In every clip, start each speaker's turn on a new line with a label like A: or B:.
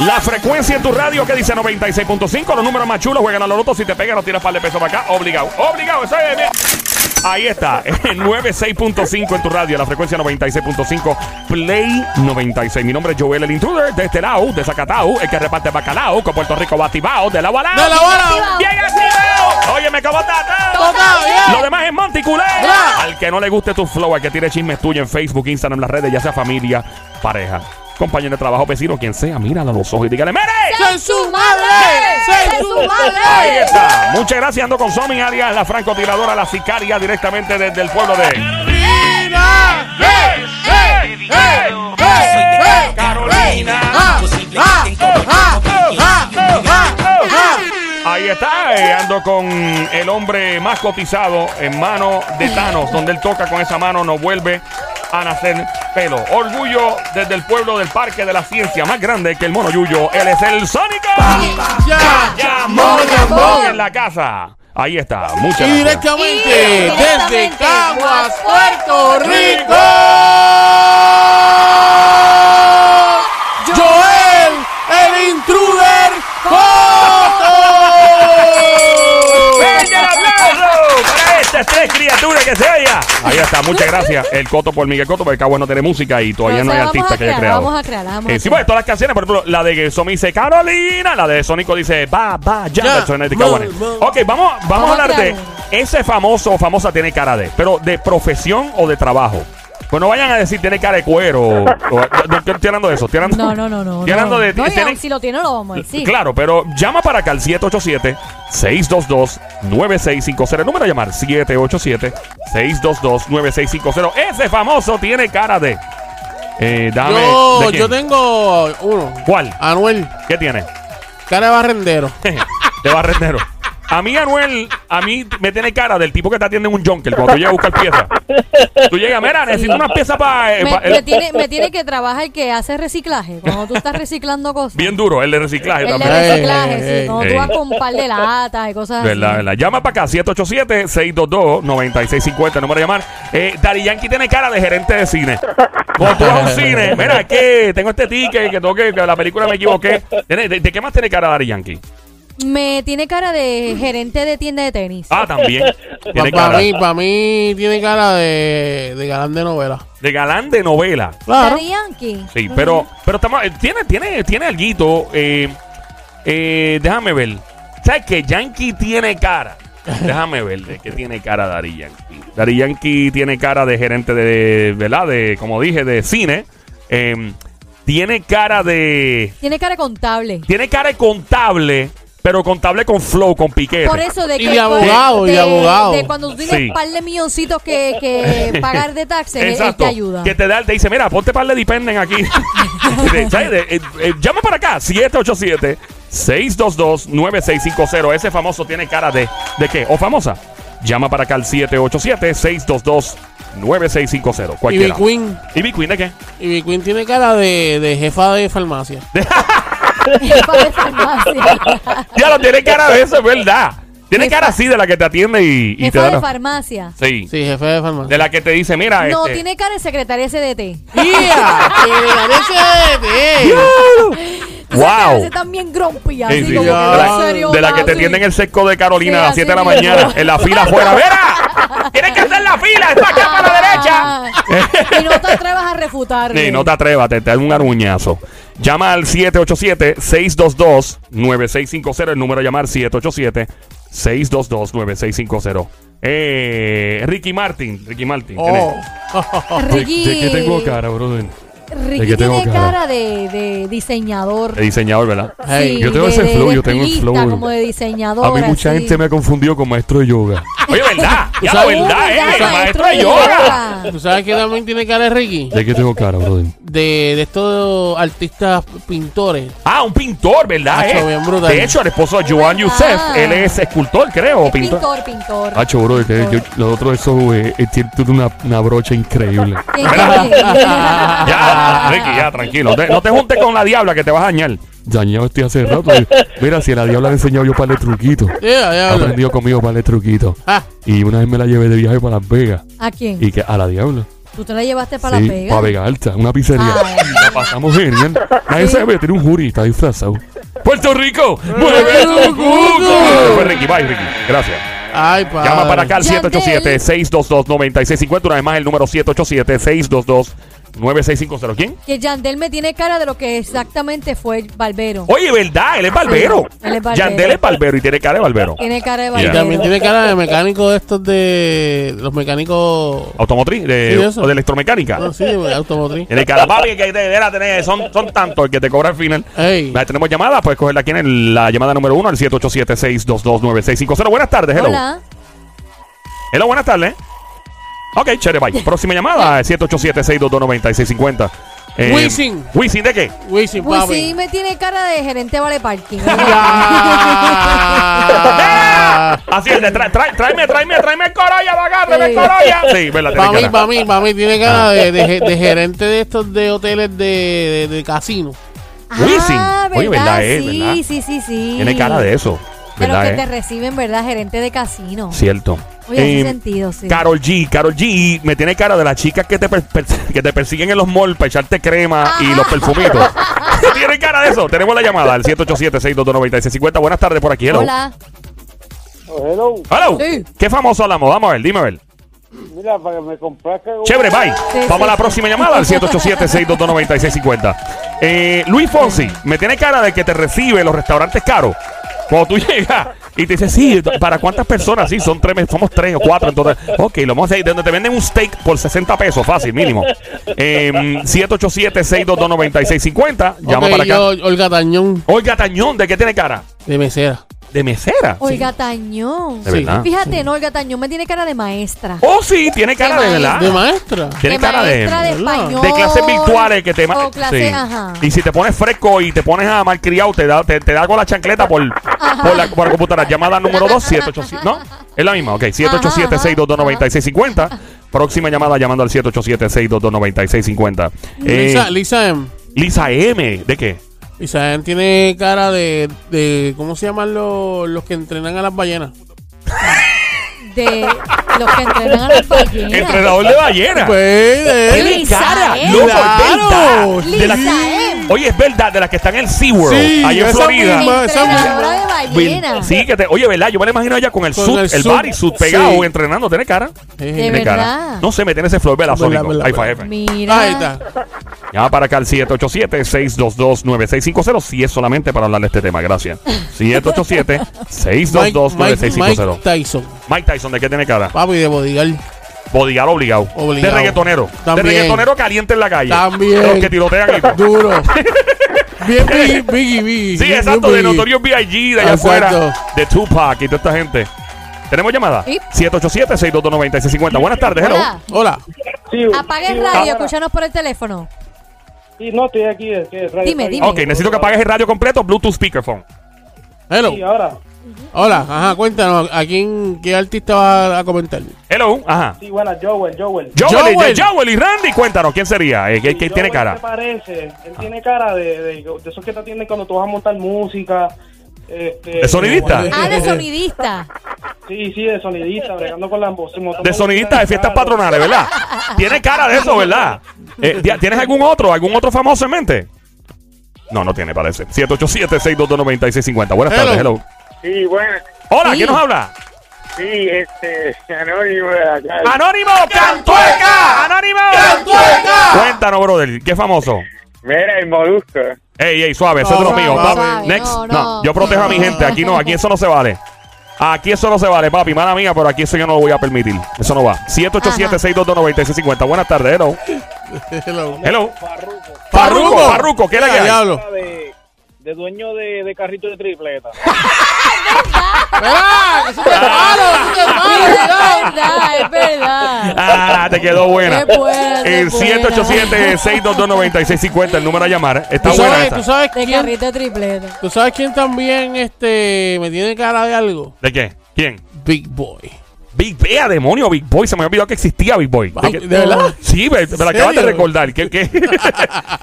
A: La frecuencia en tu radio que dice 96.5, los números más chulos, juegan a los lotos, si te pegan, nos tiras par de pesos para acá, obligado, obligado, eso es bien. Ahí está, 96.5 en tu radio, la frecuencia 96.5, Play 96. Mi nombre es Joel el Intruder, de este lado, de Zacatau, el que reparte bacalao, con Puerto Rico batibao, de la balao.
B: ¡De la bala!
A: ¡Bien activado! Óyeme, ¿cómo estás? Lo demás es Monticulé. Al que no le guste tu flow, al que tire chismes tuyo en Facebook, Instagram, las redes, ya sea familia, pareja, compañero de trabajo, vecino, quien sea, míralo a los ojos y dígale, ¡Mere!
B: ¡Soy su madre! ¡Soy su
A: Ahí
B: madre!
A: está. Muchas gracias. Ando con Somi alias la francotiradora, la sicaria, directamente desde el pueblo de.
B: ¡Carolina! ¡Eh! ¡Eh! ¡Eh! ¡Eh! ¡Eh!
C: Carolina.
B: ¡Ah! ¡Ah! ¡Ah! ¡Ah! ¡Ah! ¡Ah!
A: Ahí está. eh, ando con el hombre más cotizado en mano de Thanos. Donde él toca con esa mano, nos vuelve a nacer pelo. Orgullo desde el pueblo del Parque de la Ciencia, más grande que el mono Yuyo. Él es el Sónico.
B: ¡Ya!
A: Llamó,
B: llamó.
A: En la casa. Ahí está. Muchas
B: Y
A: gracias.
B: directamente
C: Y
B: desde
C: directamente
B: Caguas, Puerto Rico, Joel, el intruder, Coto.
A: ¡Fuerte el aplauso para estas tres criaturas que se oiga! Ahí está, muchas gracias. El Coto por Miguel Coto, porque Cabo no tiene música y todavía
C: No,
A: Pues no, hay
C: o sea, vamos
A: artista
C: a
A: que haya
C: crear,
A: creado.
C: vamos a crear, vamos a
A: Eh, sí,
C: crear.
A: bueno, todas las canciones, por ejemplo, la de Somi dice Carolina, la de Sónico dice Va, va, ya.
B: Ya,
A: eso es de
B: mo,
A: Caguanes.
B: mo.
A: Ok, vamos, vamos,
C: Vamos
A: a
C: a
A: hablar de
C: crear uno.
A: ese famoso o famosa tiene cara de, pero de profesión o de trabajo. Pues no vayan a decir tiene cara de cuero. o- o- no, estoy hablando de eso. Estoy hablando,
C: No, no, no, no.
A: estoy pues. hablando
C: no.
A: de.
C: No, y
A: tienen-
C: aun si lo tiene, lo vamos a decir.
A: Claro, pero llama para acá al 787-622-9650. El número a llamar 787-622-9650. Ese famoso tiene cara de. Eh, dame. ¿de
B: Yo,
A: quién?
B: yo tengo uno.
A: ¿Cuál?
B: Anuel,
A: ¿Qué tiene?
B: cara de barrendero.
A: de barrendero. A mí, Anuel, a mí me tiene cara del tipo que te atiende en un junker cuando tú llegas a buscar piezas. Tú llegas, mira, necesito unas piezas para.
C: Me, me tiene, me tiene que trabajar que hace reciclaje. Cuando tú estás reciclando cosas.
A: bien duro, el de reciclaje
C: el
A: también.
C: de
B: Ey,
C: reciclaje,
B: ey,
C: sí. Cuando
A: ey.
C: tú vas con un par de latas y cosas
A: ¿Verdad,
C: así.
A: verdad? Llama para acá, 787-622-9650, número de llamar. Eh, Dari Yankee tiene cara de gerente de cine. Cuando tú vas a un cine, mira, que tengo este ticket, que tengo que, que la película me equivoqué. ¿Tiene- ¿De, de qué más tiene cara Dari Yankee?
C: Me tiene cara de gerente de tienda de tenis.
A: Ah, también. Tiene cara
B: Para mí, para mí tiene cara de, de galán de novela.
A: de galán de novela.
B: Claro.
C: Daddy Yankee.
A: Sí, pero, pero estamos, eh, tiene, tiene, tiene alguito. eh, eh, déjame ver. ¿Sabes que Yankee tiene cara? Déjame ver de qué tiene cara Dari Yankee. Dari Yankee tiene cara de gerente de, ¿verdad? De, como dije, de cine. Eh, tiene cara de,
C: Tiene cara de contable.
A: tiene cara de contable, pero contable con flow, con piquete.
C: Por eso de
B: Y
C: que
B: de abogado, y de abogado.
C: de cuando tú tienes
A: Sí.
C: un par de milloncitos que, que pagar de taxes, él- él
A: Exacto.
C: te ayuda.
A: Que te da, te dice, mira, ponte par de dependen aquí. De- ¿sabes? De- eh, eh, llama para acá, 787 622 9650. Ese famoso tiene cara de ¿de qué? O famosa. Llama para acá al 787 622 9650.
B: Y mi
A: Cualquiera.
B: queen,
A: ¿Y mi queen de qué?
B: y mi queen tiene cara de, de jefa de farmacia.
C: Jefa de farmacia.
A: Ya lo tiene cara de eso, es verdad. Tiene
C: Jefa.
A: cara así de la que te atiende y, y te
C: Jefa
A: da
C: de
A: la-
C: farmacia.
A: Sí.
B: Sí, jefe de farmacia.
A: De la que te dice, mira,
C: No,
A: este,
C: tiene cara de secretaria SDT.
B: ¡Mía! ¡Que de
C: Tú sabes que a
A: Wow.
C: veces están bien grumpy, así
A: Sí, sí.
C: como
A: de,
C: que
B: Ya.
C: no,
A: la,
C: serio,
A: de la
C: no,
A: que te
C: sí.
A: tienden el sesco de Carolina
C: Sí,
A: a las 7 de la
C: así mismo.
A: mañana en la fila afuera. ¡Vera! ¡Tienes que hacer la fila! ¡Está acá para la derecha!
C: derecha. Ah. y no te atrevas a refutarlo.
A: Sí, no te atrevas, te, te dan un aruñazo. Llama al 787-622-9650. El número a llamar 787-622-9650. Eh, Ricky Martin. Ricky Martin.
B: Oh.
A: brother?
C: Ricky, Ricky
A: ¿De qué tengo
C: tiene
A: cara?
C: cara, de, de diseñador.
A: El diseñador, ¿verdad?
B: Hey.
C: Sí,
A: Yo tengo
C: de-
A: ese
C: de-
A: flow,
C: de
A: yo tengo el
C: estilista,
A: flow.
C: como de diseñador. así.
A: ha confundido con maestro de yoga. Oye, ¿verdad? Ya la
B: sabes-
A: verdad,
C: Uy,
A: ¿eh?
C: ya,
A: Maestro,
C: maestro
A: de
C: de
A: yoga.
C: yoga.
B: ¿Tú sabes que también tiene cara de Ricky?
A: ¿De qué tengo cara, brother?
B: De, de estos artistas pintores.
A: Ah, un pintor, ¿verdad?
B: Hacho,
A: eh?
B: bien brutal.
A: De hecho, el esposo de Joan
C: ¿Verdad?
A: Youssef, él es escultor, creo, o
C: Es
A: pintor. Ah,
C: pintor, pintor.
A: Hacho, brother, que yo, los otros eso eh, eh, tiene toda una, una brocha increíble.
C: Tiene cara de-
A: Ya, Ricky, ya, tranquilo. Te- no te juntes con la diabla que te vas a dañar.
D: Dañado estoy hace rato. eh. Mira, si a la diabla le he enseñado yo para el truquito.
B: Yeah,
D: Ha
B: yeah,
D: aprendido conmigo para el truquito.
B: Ah,
D: Y una vez me la llevé de viaje para Las Vegas.
C: ¿A quién?
D: Y que a la diabla.
C: Tú te la llevaste para
D: Sí,
C: la pega.
D: para Vega Alta, una pizzería.
C: Ay.
D: La pasamos genial. Nadie
C: Sí.
D: sabe, tiene un jury, está disfrazado. ¡Puerto Rico! ¡Mueve
C: Mueve
D: tu
C: tu cuco!
A: Fue Ricky, bye Ricky. Gracias.
B: Ay, padre.
A: Llama para acá al
C: Yandel.
A: 787-622-9650. Una vez más, el número 787-622-9650. ¿Quién?
C: Que Yandel me tiene cara de lo que exactamente fue Barbero.
A: Oye, ¿verdad? Él es barbero.
C: Sí, Ah, él es barbero.
A: Yandel es barbero y tiene cara de barbero.
C: Tiene cara de
A: Y
B: Y
C: Barbero.
B: también tiene cara de mecánico de estos de. Los mecánicos.
A: Automotriz de-
B: Sí, eso. Ah.
A: o de electromecánica.
B: No, sí, de automotriz.
A: Tiene cara, papi, que te- era tener, son, son tantos el que te cobra al final.
B: Ey.
A: Ahí Tenemos llamada, puedes cogerla aquí en el- la llamada número uno, al 787-622-9650. Buenas tardes, hello.
C: Hola.
A: Hello, buenas tardes. Ok, chévere, bye. Próxima llamada, 787-622-9650. Eh,
B: Wisin.
A: Wisin, ¿de qué?
B: Wisin,
C: Pues
B: papi.
C: sí, me tiene cara de gerente vale parking. Ah.
B: Ya.
A: Ah. Así es, de tra- tra- tráeme, tráeme, tráeme el corolla, vaga, tráeme el
C: Sí.
A: corolla. Sí, verdad,
B: Para
A: tiene
B: mí,
A: cara.
B: para mí, para mí tiene
A: Ah.
B: cara de, de ge- de gerente de estos de hoteles de, de, de casino.
A: Wisin.
C: Ah,
A: Oye, ¿verdad, eh?
C: Sí,
A: ¿verdad?
C: sí, sí, sí.
A: Tiene cara de eso.
C: Pero
A: ¿verdad,
C: que
A: eh?
C: te reciben, ¿verdad? Gerente de casino.
A: Cierto.
C: Oye,
A: Eh,
C: ese sentido, sí.
A: Carol G, Carol G, me tiene cara de las chicas que te, per- per- que te persiguen en los malls para echarte crema y los perfumitos. tiene cara de eso. Tenemos la llamada al 787-622-9650. Buenas tardes por aquí. Hello.
C: Hola.
E: Hello,
A: Hello.
C: Sí.
A: ¿Qué famoso hablamos? Vamos a ver, dime a ver.
E: mira, para que me complazca.
A: Chévere, bye.
C: Sí,
A: Vamos a la
C: sí,
A: próxima
C: sí.
A: llamada al 787-622-9650. Eh, Luis Fonsi, me tiene cara de que te recibe en los restaurantes caros. Cuando tú llegas y te dice, sí, ¿para cuántas personas? Sí, son tres, somos tres o cuatro. Entonces, ok, lo vamos a hacer. Donde te venden un steak por 60 pesos, fácil, mínimo. Eh, 787-622-9650. Llama
B: Ok,
A: para acá.
B: yo, Olga Tañón,
A: Olga Tañón, ¿de qué tiene cara?
B: de mesera.
A: De mesera.
C: Olga Tañón.
A: De
B: sí.
A: verdad.
C: Fíjate, no, Olga Tañón me tiene cara de maestra.
A: Oh, sí, tiene cara de
C: De
A: verdad.
B: De maestra.
A: Tiene cara de.
C: maestra de,
B: ¿verdad?
C: español.
A: de clases virtuales que te ma-
C: O
A: Sí.
C: clase, ajá.
A: y si te pones fresco y te pones a malcriado te da te, te da con la chancleta por, por, la, por la computadora llamada número 2 787 no es la misma ok 787 622 9650 próxima llamada llamando al 787 622 9650
B: Lisa, Lisa M.
A: Eh, Lisa M ¿de qué?
B: Lisa M tiene cara de, de ¿cómo se llaman los, los que entrenan a las ballenas?
C: De los que entrenan a las ballenas.
A: entrenador de ballena
B: Pues, de-
C: Eli-
A: tiene
C: Lisa
A: cara
C: M.
A: loco, es
B: Claro,
A: verdad. De la-
C: Lisa M.
A: oye es verdad de las que están en SeaWorld
B: Sí,
A: allá en
B: esa
A: Florida
B: misma. Ma- esa
C: Entrenadora de
A: Vil-
C: ballenas.
A: Sí, que te, oye, ¿verdad? Yo me la imagino ella con el
B: Con
A: suit,
B: el
A: el,
B: suit,
A: bodysuit pegado,
B: sí.
A: entrenando, tiene cara.
C: De
A: Tiene cara.
C: verdad.
A: No sé, me tiene ese flor
B: Verdad,
A: velazónico.
B: verdad,
A: Ahí fue,
B: verdad.
A: jefe.
C: Mira.
B: Ahí está.
A: Llama para acá al 787-622-9650. Si es solamente para hablar de este tema, gracias.
B: Mike,
A: 787-622-9650. Mike,
B: Mike, Mike Tyson.
A: Tyson, ¿de qué tiene cara?
B: Papi de bodyguard.
A: Bodyguard obligado.
B: Obligado.
A: De reggaetonero.
B: También.
A: De reggaetonero caliente en la calle.
B: También.
A: De los que tirotean y todo.
B: Duro. Bien Biggie, Biggie, Biggie.
A: Sí,
B: Bien,
A: exacto,
B: bien Biggie.
A: de Notorious B.I.G., de allá
B: Exacto.
A: afuera, de Tupac y toda esta gente. ¿Tenemos llamada?
C: Sí.
A: 787-622-9650. Buenas tardes, hello.
C: Hola.
B: Hola.
E: Sí,
C: Apaga
E: sí,
C: el radio,
E: ahora.
C: escúchanos por el teléfono.
E: Sí, no, estoy aquí. es que el radio
C: Dime,
E: está
C: dime.
E: bien.
A: Ok, necesito que apagues el radio completo, Bluetooth speakerphone.
B: Hello.
E: Sí, ahora.
B: Hola. Ajá, cuéntanos. ¿A quién, qué artista va a comentar?
A: Hello, ajá.
E: Sí, bueno, Joel, Joel.
A: Joel,
B: Joel.
A: y- Joel y Randy, cuéntanos, ¿quién sería? Eh, ¿Qué, qué
E: Sí, Joel,
A: tiene
E: ¿Qué
A: cara?
E: te parece? Él tiene cara de, de, de esos que te atienden cuando tú vas a montar música. Este,
A: ¿De sonidista?
B: Eh,
C: Ah, de sonidista.
E: Sí, sí, de sonidista, bregando con las voces. montando
A: De sonidista de
E: música,
A: fiestas
E: claro.
A: patronales, ¿verdad? Tiene cara de eso, ¿verdad? Eh, ti- ¿Tienes algún otro, algún otro famoso en mente? No, no tiene, parece. 787-622-9650. Buenas
B: Hello.
A: tardes, hello.
F: Sí, bueno,
A: Hola,
C: Sí.
A: ¿quién nos habla?
F: sí, este, anónimo de acá.
A: ¡Anónimo! ¡Cantueca! ¡Anónimo! ¡Cantueca! Cuéntanos, brother, ¿qué famoso?
F: Mera el molusco.
A: Ey, ey, suave, eso
B: No,
A: es de lo
B: suave,
A: mío.
B: suave.
A: papi. Next. No,
C: No, no.
A: yo protejo a mi gente. Aquí no, aquí eso no se vale. Aquí eso no se vale, papi. Mala mía, pero aquí eso yo no lo voy a permitir. Eso no va. 787-622-9650. Buenas tardes, hello.
B: Hello.
A: Hello.
B: Parruco.
A: Eh, Parruco, Parruco, ¿qué es la que
B: Ya,
A: hay?
B: diablo.
E: De, de dueño de, de carrito de tripleta.
B: ¡Ah! ¡Eso te paro! ¡Eso te paro!
C: es verdad, es verdad.
A: Ah, te quedó buena.
C: Qué buena, qué
A: El
C: buena.
A: 787-622-9650, el número a llamar. Está
B: ¿Tú
A: buena
B: sabes,
A: esa.
B: tú sabes
C: De
B: quién,
C: carrito de tripleta.
B: tú sabes quién también este, me tiene cara de algo?
A: ¿De qué? ¿Quién?
B: Big Boy.
A: Big Bea, demonio, Big Boy. Se me había olvidado que existía Big Boy.
B: Wow,
A: ¿De qué-
B: ¿De verdad?
A: Sí, me, me la acabas de
B: serio?
A: recordar. ¿Qué, qué?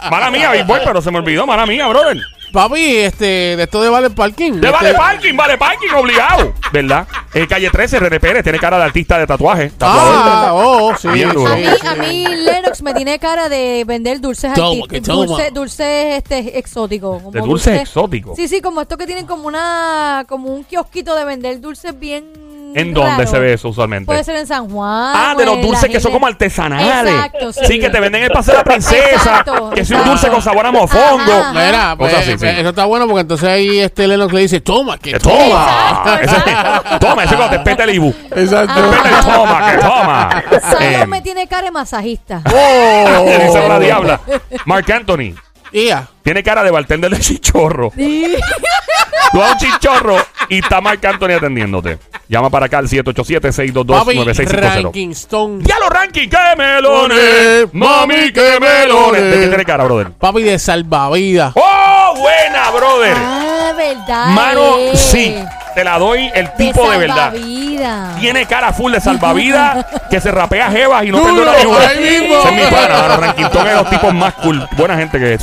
A: mala mía, Big Boy, pero se me olvidó. Mala mía, brother.
B: Papi, este, de esto de Vale Parking.
A: De
B: este,
A: vale parking, vale parking, obligado. ¿Verdad? Eh, calle 13, René Pérez, tiene cara de artista de tatuaje. tatuador.
B: Ah, oh, oh, sí.
A: Bien duro.
B: sí,
C: A mí,
B: sí.
C: a mí Lennox me tiene cara de vender dulces
B: Toma,
C: arti-
B: que toma.
C: dulces, dulces este, exóticos. como
A: De dulces exóticos.
C: Sí, sí, como estos que tienen como una como un kiosquito de vender dulces bien
A: ¿En dónde
C: raros.
A: se ve eso usualmente?
C: Puede ser en San Juan.
A: Ah,
C: o
A: de
C: en
A: los
C: Pues, la
A: dulces que son
C: Gile-
A: como artesanales.
C: Exacto,
A: sí.
C: sí.
A: que te venden el paseo de la princesa.
C: Exacto,
A: que si un
C: exacto.
A: dulce con sabor a mofongo.
C: Ajá, ajá.
B: Mira, pues,
A: Cosas así, sí.
B: eh, eso está bueno porque entonces ahí este Lennox le dice, toma, que
A: Que
B: toma.
A: toma.
C: Exacto, exacto.
A: Ese- toma, ese cuando te peta el ibu.
B: Exacto.
A: Te peta el toma, que toma.
C: Salo
A: Eh,
C: me tiene cara de masajista.
B: Oh.
A: le dice la diabla. Mark Anthony.
B: Tía.
A: Tiene cara de bartender de chichorro. Tú vas a un chichorro y está Marc Anthony atendiéndote. Llama para acá al
B: Papi,
A: 787-622-9650.
B: Rankingstone.
A: Ya los ranking, que melones. Mami, que melones. ¿De qué tiene cara, brother?
B: Papi de salvavidas.
A: ¡Oh, buena, brother!
C: Ah, verdad.
A: Mano,
C: eh.
A: sí. Te la doy el tipo de, verdad.
C: salvavidas.
A: Tiene cara full de salvavidas que se rapea jevas y no
B: Duro,
A: perdona ni una.
B: ahí mismo.
A: Ese es mi pana, mano. Ranquintón es los tipos más cool. Buena gente que es.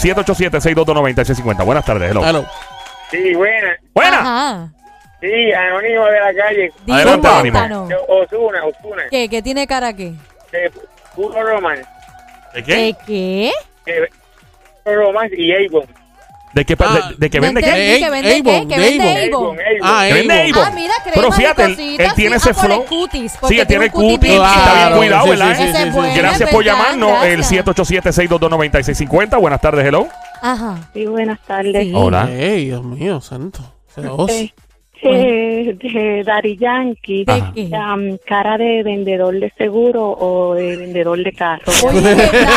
A: 787-622-9650. Buenas tardes, hello.
B: Claro.
F: Sí, buena.
A: Buena.
C: Ajá.
F: Sí, anónimo de la calle.
C: Dilo,
A: Adelante, Anónimo.
C: cuéntanos.
F: Osuna, Osuna.
C: ¿Qué, ¿Qué tiene cara qué?
F: De puro romance.
A: ¿De qué?
C: ¿Qué? ¿Qué?
F: De puro romance y Avon.
A: ¿De qué? pa-
B: Ah.
A: de- de que vende qué?
C: ¿Vende
B: qué?
C: ¿Que vende
B: Avon,
C: qué? ¿Que vende
B: Avon.
C: Avon? eh.
B: Ah,
A: Que vende
B: Avon.
A: Avon.
C: Ah, mira, crema
A: Pero
C: y
A: fíjate, él, él
C: cositas,
A: tiene
C: sí.
A: ese
C: Ah, por el
A: flow.
C: cutis, porque
A: sí, él tiene
C: tiene
A: el
C: un cutis
A: cutis.
C: bien
A: Está bien
B: claro.
A: cuidado,
B: Sí,
A: ¿verdad?
B: sí, sí,
C: Ese es
B: sí.
C: bueno,
A: Gracias
C: es
A: por
C: verdad,
A: llamarnos. El
C: gracias.
A: 787-622-9650. Buenas tardes, hello.
C: Ajá.
G: Sí, buenas tardes.
C: Sí.
B: Oh,
A: Hola.
B: Ey, Dios mío, santo. Se la goza.
G: Eh, eh, de Dari Yankee,
A: Ajá.
C: ¿Qué?
G: um, cara de vendedor de seguro o de vendedor de carro.
C: Oye, ¿verdad, eh?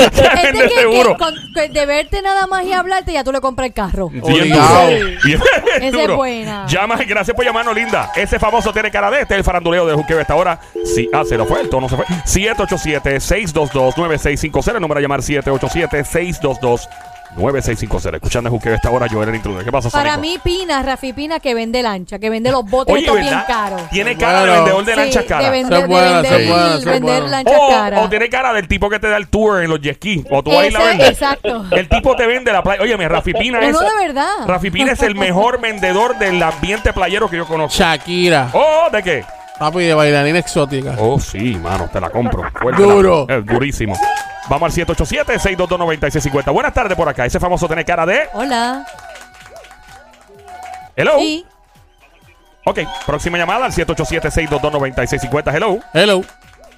C: Este
A: Vende
C: que-
A: seguro.
C: que con- que de verte nada más y hablarte, ya tú le compras el carro.
A: Bien
B: Obligado.
A: duro. Bien
C: es
A: duro.
C: buena.
A: Llama, gracias por llamarnos, linda. Ese famoso tiene cara de este, el faranduleo de Juqueo esta hora. Sí, ah, se lo fue, el tono se fue. 787-622-9650. El número a llamar 787-622-9650. Escuchando Juqueo esta hora, yo era el intruder. ¿Qué pasa,
C: Para
A: Sónico?
C: mí, Pina, Rafi Pina, que vende lancha, que vende los botes
A: Oye,
C: estos bien
A: ¿verdad?
C: caros.
A: Tiene cara de
B: Claro.
A: vendedor de
C: Sí,
A: lanchas
C: De
A: caras.
C: vender,
B: Se puede,
C: de
B: se
C: vender,
B: puede, se
C: vender
B: puede.
C: lanchas
A: O,
C: caras.
A: o tiene cara del tipo que te da el tour en los jet ski. O tú vas y la
C: Ese-
A: vendes.
C: exacto.
A: El tipo te vende la playa. Oye, mi Rafi Pina es.
C: Uno de verdad.
A: Rafi Pina es el mejor vendedor del ambiente playero que yo conozco.
B: Shakira.
A: Oh, ¿de qué?
B: Papi de bailarina exótica.
A: Oh, sí, mano, te la compro. Fuerte
B: Duro.
A: la- es durísimo. Vamos al 787-622-9650. Buenas tardes por acá. Ese famoso tiene cara de.
C: Hola.
A: Hello.
C: Sí.
A: Ok, próxima llamada al 787-622-9650. Hello.
B: Hello.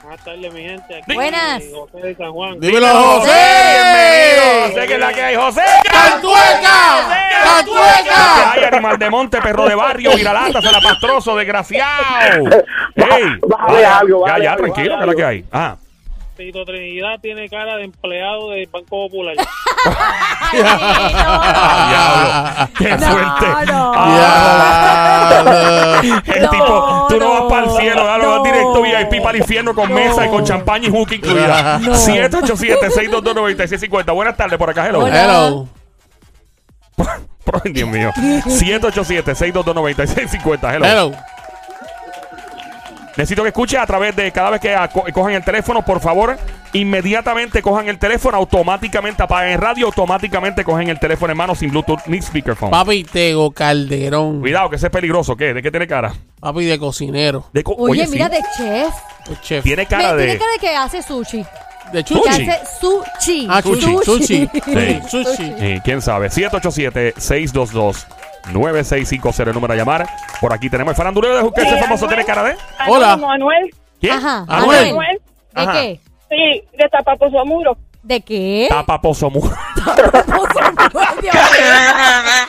E: Buenas tardes, mi gente. Aquí,
A: Di-
C: Buenas.
E: José de San Juan.
B: Dímelo,
A: Bienvenido.
B: José.
A: Sé que es la que hay, José.
B: ¡Cantueca! ¡Cantueca!
A: Ay, animal de monte, perro de barrio, viralata, salapastroso, desgraciado. ¡Ey!
F: Bájale algo,
A: Ya,
F: bájale
A: ya,
F: algo,
A: tranquilo, que es
F: bájale
A: la que hay. Ah.
E: Tito Trinidad tiene cara de empleado del Banco Popular.
A: Ah, diablo. ¡Qué Ah.
C: No,
A: fuerte!
C: no.
B: Ya.
A: El
C: No,
A: tipo, tú no, vas
C: no,
A: para el cielo, dale, vas
C: no.
A: directo VIP para el infierno con mesa y con champaña y hook incluida.
B: No.
A: 787-622-9650. Buenas tardes por acá, hello.
C: Hola.
B: Hello.
A: Pro- Dios mío. 787-622-9650, hello.
B: Hello.
A: Necesito que escuche a través de cada vez que aco- cojan el teléfono, por favor, inmediatamente cojan el teléfono, automáticamente apaguen el radio, automáticamente cogen el teléfono en mano sin Bluetooth ni speakerphone.
B: Papi Tego Calderón.
A: Cuidado, que ese es peligroso. ¿Qué? ¿De qué tiene cara?
B: Papi de cocinero.
A: De co-
C: Oye,
A: sí.
C: mira de chef.
B: El chef.
A: Tiene cara
C: Me-
A: de...
C: Tiene cara de que hace sushi.
B: De
C: Que
B: chuchi.
A: Sushi.
C: hace sushi.
B: Ah, sushi. Sushi.
A: Sí.
B: Sushi.
A: Eh, ¿Quién sabe? 787-622-9650, el número a llamar. Por aquí tenemos el farandulero de Juqueo, ese
G: Sí,
A: famoso
G: Anuel.
A: tiene cara de...
B: Hola.
G: Manuel,
A: ¿Quién?
C: Ajá.
B: Anuel.
C: Anuel. ¿De
A: Ajá.
C: qué?
G: sí, de Tapaposo Muro.
C: ¿De qué?
A: Tapa Pozo Mu-
C: Dios mío. Ah.